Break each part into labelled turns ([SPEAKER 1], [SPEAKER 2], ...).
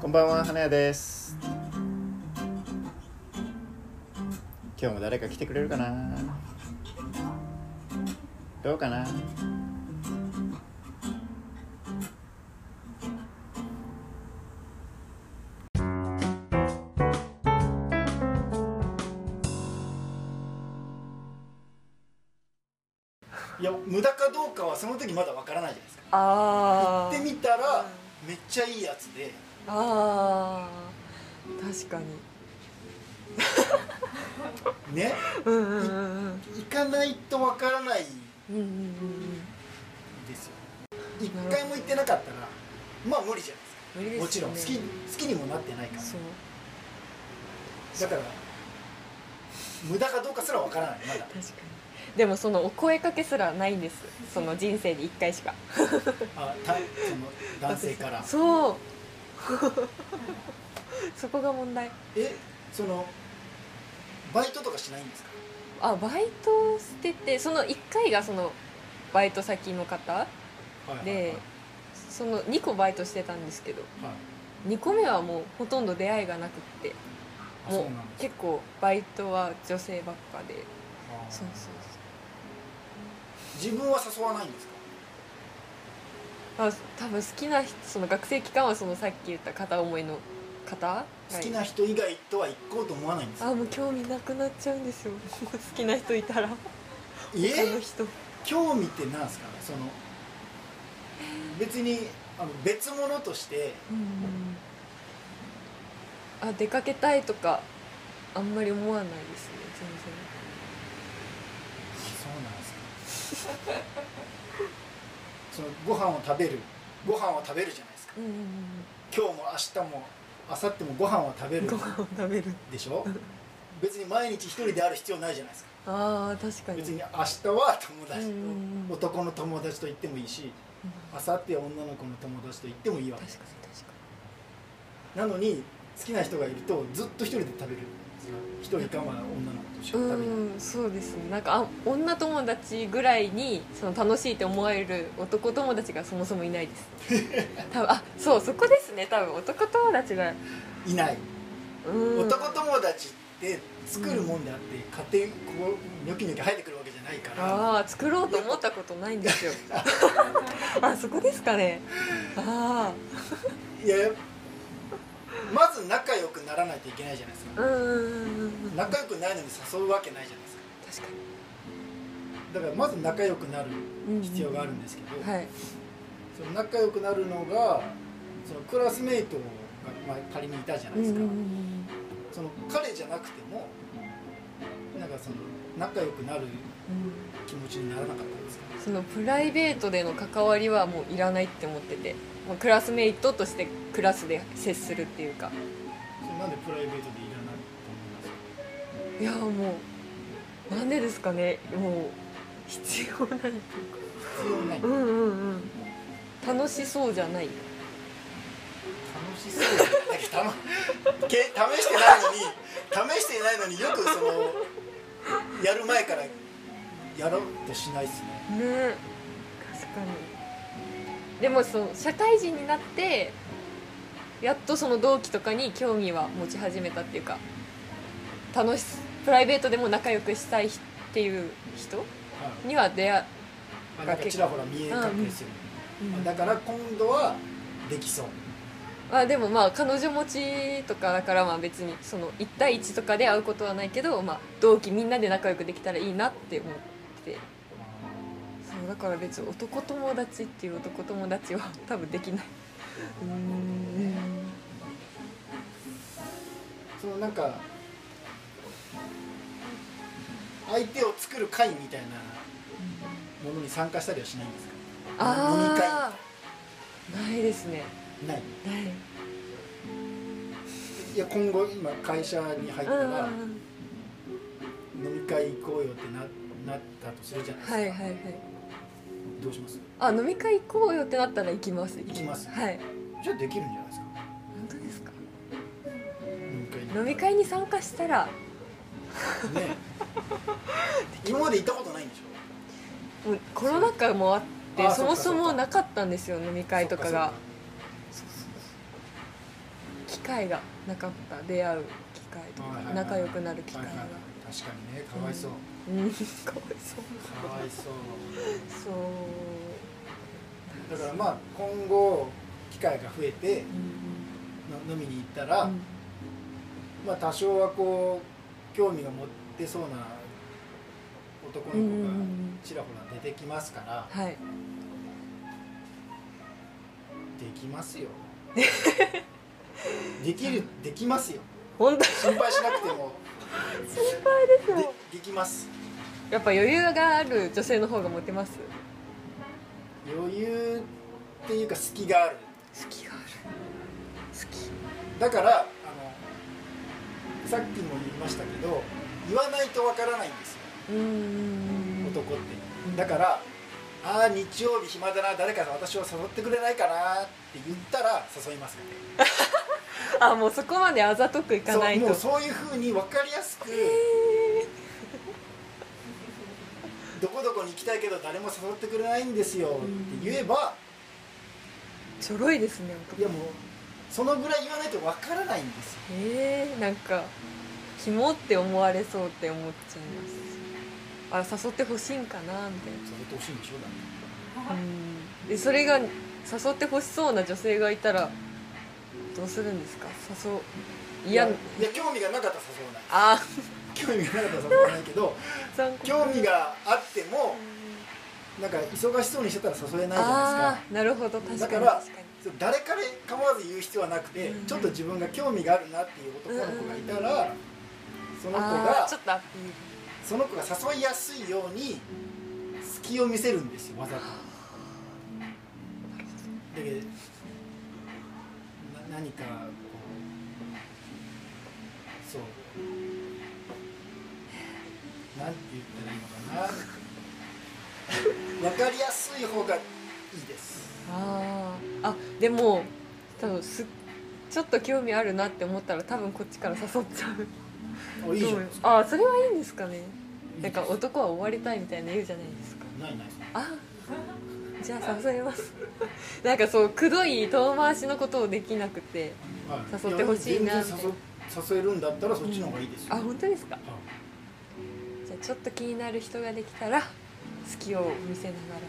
[SPEAKER 1] こんばんは、花屋です。今日も誰か来てくれるかな。どうかな。
[SPEAKER 2] いや無駄かどうかはその時まだわからないじゃないですか
[SPEAKER 3] あ
[SPEAKER 2] 行
[SPEAKER 3] ー
[SPEAKER 2] ってみたら
[SPEAKER 3] う
[SPEAKER 2] めっちゃいいやつで
[SPEAKER 3] あー確かに
[SPEAKER 2] ね
[SPEAKER 3] うんうんうんうん
[SPEAKER 2] 行かないとわからない
[SPEAKER 3] うんうんうん
[SPEAKER 2] ですよ一回も行ってなかったらまあ無理じゃないですか
[SPEAKER 3] 無理ですよね
[SPEAKER 2] もちろん好き好きにもなってないから
[SPEAKER 3] そう
[SPEAKER 2] だから無駄かどうかすらわからないまだ
[SPEAKER 3] 確かにでもそのお声かけすらないんですその人生で一回しか
[SPEAKER 2] あたその男性から
[SPEAKER 3] そう そこが問題
[SPEAKER 2] えそのバイトとかしないんですか
[SPEAKER 3] あバイトをしててその1回がそのバイト先の方でその2個バイトしてたんですけど
[SPEAKER 2] はい
[SPEAKER 3] 2個目はもうほとんど出会いがなくって
[SPEAKER 2] あそう
[SPEAKER 3] もう
[SPEAKER 2] なんです
[SPEAKER 3] 結構バイトは女性ばっかで
[SPEAKER 2] あー
[SPEAKER 3] そうそう
[SPEAKER 2] 自分は誘わないんですか
[SPEAKER 3] そうあ多分好きな人その学生期間はそのさっき言った片思いの方が
[SPEAKER 2] 好きな人以外とは行こうと思わないんですか
[SPEAKER 3] あもう興味なくなっちゃうんですよ 好きな人いたら
[SPEAKER 2] え
[SPEAKER 3] 他の人
[SPEAKER 2] 興味ってなんですかその別にあの別物として
[SPEAKER 3] うんあ出かけたいとかあんまり思わないですね全然
[SPEAKER 2] そうなんですか そのご飯を食べるご飯を食べるじゃないですか
[SPEAKER 3] うんうん
[SPEAKER 2] 今日も明日も明後日もご飯を食べ
[SPEAKER 3] うん
[SPEAKER 2] る
[SPEAKER 3] ご飯を食べる
[SPEAKER 2] でしょ別に毎日一人である必要ないじゃないですか
[SPEAKER 3] ああ確かに
[SPEAKER 2] 別に明日は友達
[SPEAKER 3] うんうんうん
[SPEAKER 2] と男の友達と行ってもいいし
[SPEAKER 3] うん
[SPEAKER 2] 明後日は女の子の友達と行ってもいいわ
[SPEAKER 3] 確か
[SPEAKER 2] け
[SPEAKER 3] に
[SPEAKER 2] です
[SPEAKER 3] 確
[SPEAKER 2] な
[SPEAKER 3] か
[SPEAKER 2] のに好きな人がいるとずっと一人で食べる一人かまあ女の子と一緒
[SPEAKER 3] に
[SPEAKER 2] に食べる
[SPEAKER 3] うんそうですねなんかあ女友達ぐらいにその楽しいって思える男友達がそもそもいないです多分あそうそこですね多分男友達が
[SPEAKER 2] いない
[SPEAKER 3] うん
[SPEAKER 2] 男友達って作るもんであって家庭こうニョキニョキ生えてくるわけじゃないから
[SPEAKER 3] ああ作ろうと思ったことないんですよあそこですかねあ
[SPEAKER 2] いやまず仲良くならないといけないじゃないです
[SPEAKER 3] あ
[SPEAKER 2] か
[SPEAKER 3] うんうんうんうん確
[SPEAKER 2] 仲
[SPEAKER 3] か
[SPEAKER 2] 良くないのに誘うわけないじゃないですかだからまず仲良くなる
[SPEAKER 3] に、うん、
[SPEAKER 2] 必要があるんですけど、
[SPEAKER 3] はい
[SPEAKER 2] その仲良くなるのがそのクラスメイトが、まあ、仮にいたじゃないですか、
[SPEAKER 3] ん
[SPEAKER 2] その彼じゃなくてもなんかその仲良くなる
[SPEAKER 3] う
[SPEAKER 2] 気持ちにならなかったんですか
[SPEAKER 3] んそのプライベートでの関わりはもういらないって思っててもうクラスメイトとしてクラスで接するっていうか
[SPEAKER 2] それなんでプライベートでいらない
[SPEAKER 3] いやもうなんでですかねもう必要ない
[SPEAKER 2] と思います必要ない
[SPEAKER 3] うんうんうん楽しそうじゃない
[SPEAKER 2] 楽しそうだけどたまけ試してないのに試していないのによくそのやる前からやろうとしないですね
[SPEAKER 3] ね確かにでもその社会人になってやっとその同期とかに興味は持ち始めたっていうか楽しプライベートでも仲良くしたい人っていう人には出会
[SPEAKER 2] はい、なんかちらほら見え隠れする、
[SPEAKER 3] うん
[SPEAKER 2] だから今度はできそう
[SPEAKER 3] まあでもまあ彼女持ちとかだからまあ別にその1対1とかで会うことはないけど、まあ、同期みんなで仲良くできたらいいなって思ってそうだから別に男友達っていう男友達は多分できないうーん
[SPEAKER 2] そのなんか相手を作る会みたいなものに参加したりはしないんですか飲み会
[SPEAKER 3] ああないですね
[SPEAKER 2] ない
[SPEAKER 3] ない
[SPEAKER 2] いや今後今会社に入った
[SPEAKER 3] うんうん
[SPEAKER 2] ら
[SPEAKER 3] うん
[SPEAKER 2] 飲み会行こうよってななったとするじゃないですか、
[SPEAKER 3] はいはいはい
[SPEAKER 2] どうします
[SPEAKER 3] あ飲み会行こうよってなったら行きます行
[SPEAKER 2] きます
[SPEAKER 3] はい
[SPEAKER 2] じゃあできるんじゃないですか
[SPEAKER 3] 本当ですか
[SPEAKER 2] 飲み会に
[SPEAKER 3] 飲み会に参加したら
[SPEAKER 2] ね今まで行ったことないんでしょ
[SPEAKER 3] もうコロナ禍もあって
[SPEAKER 2] あ
[SPEAKER 3] そもそ
[SPEAKER 2] そっかそっ
[SPEAKER 3] も
[SPEAKER 2] か
[SPEAKER 3] なかったんですよ飲み会とかが
[SPEAKER 2] そっ
[SPEAKER 3] 会がなかった出会う機会と
[SPEAKER 2] はいはいは
[SPEAKER 3] か
[SPEAKER 2] い
[SPEAKER 3] 仲良くなる機会
[SPEAKER 2] はい
[SPEAKER 3] が
[SPEAKER 2] はい確かにねかわいそう、
[SPEAKER 3] うんかわいそう
[SPEAKER 2] かわいそう
[SPEAKER 3] そう
[SPEAKER 2] だからまあ今後機会が増えて
[SPEAKER 3] うん
[SPEAKER 2] の飲みに行ったら、
[SPEAKER 3] うん
[SPEAKER 2] まあ多少はこう興味が持ってそうな男の子がちらほら出てきますから、
[SPEAKER 3] はい
[SPEAKER 2] できます よできるできますよ
[SPEAKER 3] 本当
[SPEAKER 2] 心配しなくても
[SPEAKER 3] ですよ
[SPEAKER 2] でできます
[SPEAKER 3] やっぱ余裕がある女性の方がモテます
[SPEAKER 2] 余裕っていうか隙がある
[SPEAKER 3] 好きがある好き
[SPEAKER 2] だからあのさっきも言いましたけど言わないとわからないんですよ
[SPEAKER 3] うーん
[SPEAKER 2] 男ってだから「ああ日曜日暇だな誰か私を誘ってくれないかな」って言ったら誘いますよね
[SPEAKER 3] あもうそこまであざとくいか
[SPEAKER 2] そ
[SPEAKER 3] な
[SPEAKER 2] う
[SPEAKER 3] いと
[SPEAKER 2] もうそういうふうに分かりやすくどこどこに行きたいけど誰も誘ってくれないんですよって言えば
[SPEAKER 3] ちょろいですね
[SPEAKER 2] い
[SPEAKER 3] 男
[SPEAKER 2] やもうそのぐらい言わないと分からないんですよ
[SPEAKER 3] えー、なんかキモって思われそうって思っちゃいますあ誘ってほしいんかなみたい
[SPEAKER 2] 誘ってほしいんでしょだって
[SPEAKER 3] なうんでそれが誘ってほしそうな女性がいたらどうするんですか誘ういや
[SPEAKER 2] いや興味がなかったら誘わない
[SPEAKER 3] あ
[SPEAKER 2] 興味がなかったら誘わないけど
[SPEAKER 3] ー 残酷
[SPEAKER 2] 興味があってもなんか忙しそうにしてたら誘えないじゃ
[SPEAKER 3] あ
[SPEAKER 2] ない
[SPEAKER 3] ーなるほど確かに
[SPEAKER 2] だか
[SPEAKER 3] 確
[SPEAKER 2] ら
[SPEAKER 3] か
[SPEAKER 2] で
[SPEAKER 3] に
[SPEAKER 2] すかそう誰から構わず言う必要はなくて
[SPEAKER 3] うん
[SPEAKER 2] ちょっと自分が興味があるなっていう男の子がいたらその子
[SPEAKER 3] あ
[SPEAKER 2] が
[SPEAKER 3] ーちょっとアピ
[SPEAKER 2] その子が誘いやすいように隙を見せるんですよわざとだけどな何かこうそうなんて言ったらいいのか な分かりやすい方がいいです
[SPEAKER 3] ールあーあでも多分すちょっと興味あるなって思ったら多分こっちから誘っちゃう
[SPEAKER 2] おいいじゃないですか
[SPEAKER 3] ああそれはいいんですかね
[SPEAKER 2] いい
[SPEAKER 3] な
[SPEAKER 2] で
[SPEAKER 3] ん
[SPEAKER 2] す
[SPEAKER 3] か男は終わりたいみたいな言うじゃないですか
[SPEAKER 2] ないない
[SPEAKER 3] あじゃあ誘いますなんかそうくどい遠回しのことをできなくて
[SPEAKER 2] はい
[SPEAKER 3] 誘ってほしいなって
[SPEAKER 2] や全然誘誘えるんだったらそっちの方がいいですよ、
[SPEAKER 3] あ本当ですか
[SPEAKER 2] あ
[SPEAKER 3] じゃあちょっと気になる人ができたら好きを見せながら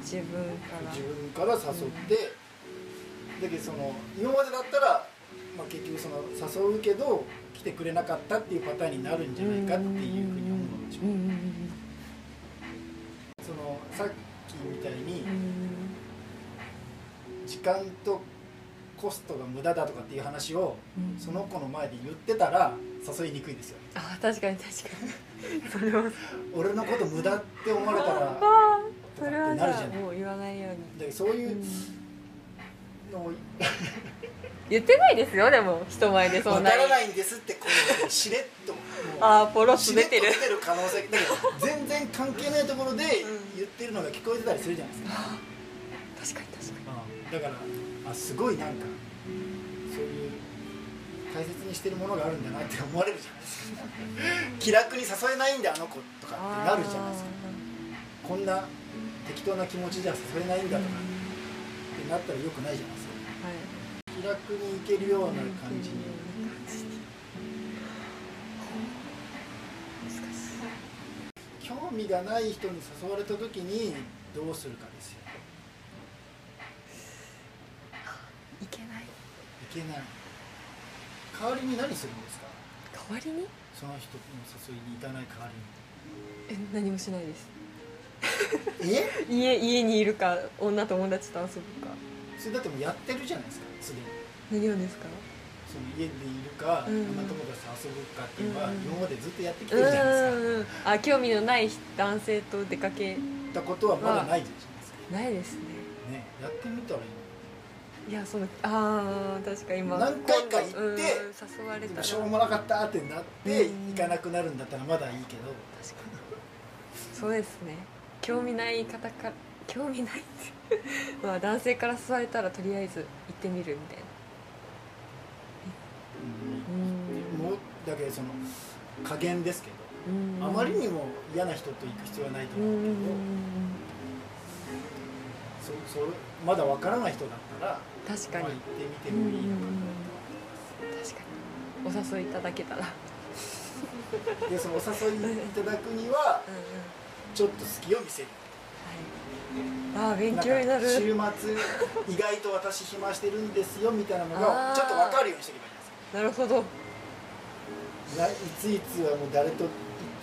[SPEAKER 3] 自分から
[SPEAKER 2] 自分から誘って、だけどその今までだったら、まあ、結局その誘うけど来てくれなかったっていうパターンになるんじゃないかっていうふうに思うんでしょ
[SPEAKER 3] うんうんうん
[SPEAKER 2] そのさっきみたいに
[SPEAKER 3] うんうん
[SPEAKER 2] 時間とコストが無駄だとかっていう話を
[SPEAKER 3] うん
[SPEAKER 2] その子の前で言ってたら誘いにくいですよ
[SPEAKER 3] あ確かに確かにそれは
[SPEAKER 2] 俺のこと無駄って思われたらだ
[SPEAKER 3] あーそれはじ
[SPEAKER 2] なるじ
[SPEAKER 3] ゃ
[SPEAKER 2] ゃ
[SPEAKER 3] あ
[SPEAKER 2] ない
[SPEAKER 3] もう言わないように、
[SPEAKER 2] けどそういう
[SPEAKER 3] うん
[SPEAKER 2] のを
[SPEAKER 3] 言ってないですよでも人前でそ
[SPEAKER 2] わ
[SPEAKER 3] ん
[SPEAKER 2] か
[SPEAKER 3] なに
[SPEAKER 2] らないんですってこうしれっともう
[SPEAKER 3] ああポロッと
[SPEAKER 2] しれ
[SPEAKER 3] 出
[SPEAKER 2] っと
[SPEAKER 3] て
[SPEAKER 2] 出て
[SPEAKER 3] る
[SPEAKER 2] る可能性だけど全然関係ないところで言ってるのが聞こえてたりするじゃないですか、
[SPEAKER 3] 確かに確かに
[SPEAKER 2] だからあすごいなんかそういう大切にしてるものがあるんだなって思われるじゃないですか気楽に誘えないんだあの子とかってなるじゃないですかこんな適当な気持ちじゃ誘えないんだとかってなったらよくないじゃないですか
[SPEAKER 3] あ
[SPEAKER 2] 気楽に行けるような
[SPEAKER 3] ーはい
[SPEAKER 2] 感じに
[SPEAKER 3] 難し
[SPEAKER 2] 興味がない人に誘われた時にどうするかですよ
[SPEAKER 3] いいけない
[SPEAKER 2] いけない代わりに何するんですか
[SPEAKER 3] 代わりに
[SPEAKER 2] その人の誘いに行かない代わり
[SPEAKER 3] え何もしないです
[SPEAKER 2] にえ
[SPEAKER 3] 家家にいるか女友達と遊ぶか
[SPEAKER 2] それだってもうやってるじゃないですかすでに
[SPEAKER 3] 何をですか
[SPEAKER 2] その家でいるか、
[SPEAKER 3] うん
[SPEAKER 2] 女友達と遊ぶかっていうのは、
[SPEAKER 3] うん
[SPEAKER 2] 今までずっとやってきて
[SPEAKER 3] うん
[SPEAKER 2] る
[SPEAKER 3] う
[SPEAKER 2] じゃないですか、
[SPEAKER 3] んうんあ興味のない男性と出かけ
[SPEAKER 2] ったことはまだないじゃないですか
[SPEAKER 3] ないですね
[SPEAKER 2] ねやってみたらいい
[SPEAKER 3] いやそのあー確か今
[SPEAKER 2] 何回か行って
[SPEAKER 3] うん誘われた
[SPEAKER 2] の
[SPEAKER 3] ら
[SPEAKER 2] しょうもなかったってなって
[SPEAKER 3] うん
[SPEAKER 2] 行かなくなるんだったらまだいいけど、
[SPEAKER 3] 確かにそうですね興味ない方から興味ないって まあ男性から誘われたらとりあえず行ってみるみたいなうん
[SPEAKER 2] もうだけどその加減ですけど、
[SPEAKER 3] うん
[SPEAKER 2] あまりにも嫌な人と行く必要はないと
[SPEAKER 3] うん
[SPEAKER 2] 思
[SPEAKER 3] う
[SPEAKER 2] うんけど、
[SPEAKER 3] うん
[SPEAKER 2] そそまだわからない人だったら
[SPEAKER 3] 確か
[SPEAKER 2] まあ
[SPEAKER 3] に
[SPEAKER 2] 行ってみてもいいのかなとは
[SPEAKER 3] お誘いいただけたら、
[SPEAKER 2] でそのお誘いいただくには
[SPEAKER 3] うんうん
[SPEAKER 2] ちょっと好きを見せる
[SPEAKER 3] はい、あー勉強になる
[SPEAKER 2] んか週末意外と私暇してるんですよみたいなのが
[SPEAKER 3] あー
[SPEAKER 2] ちょっと分かるようにしてればいいんです
[SPEAKER 3] なるほど
[SPEAKER 2] ないついつはもう誰と行っ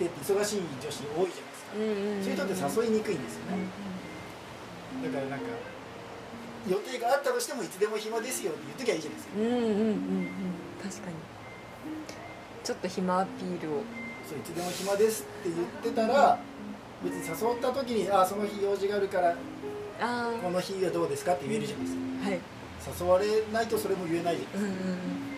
[SPEAKER 2] てって忙しい女子多いじゃないですか
[SPEAKER 3] うんうん、うん、
[SPEAKER 2] そういう人って誘いにくいんですよねだからなんか予定があったとしてもいつでも暇ですよって言っときゃいいじゃないですか
[SPEAKER 3] うんうんうんうん確かにちょっと暇アピールを
[SPEAKER 2] そういつでも暇ですって言ってたら別に誘った時に「あーその日用事があるから
[SPEAKER 3] あ
[SPEAKER 2] この日はどうですか?」って言えるじゃないです
[SPEAKER 3] あはい
[SPEAKER 2] か誘われないとそれも言えないじゃない
[SPEAKER 3] うんうんうん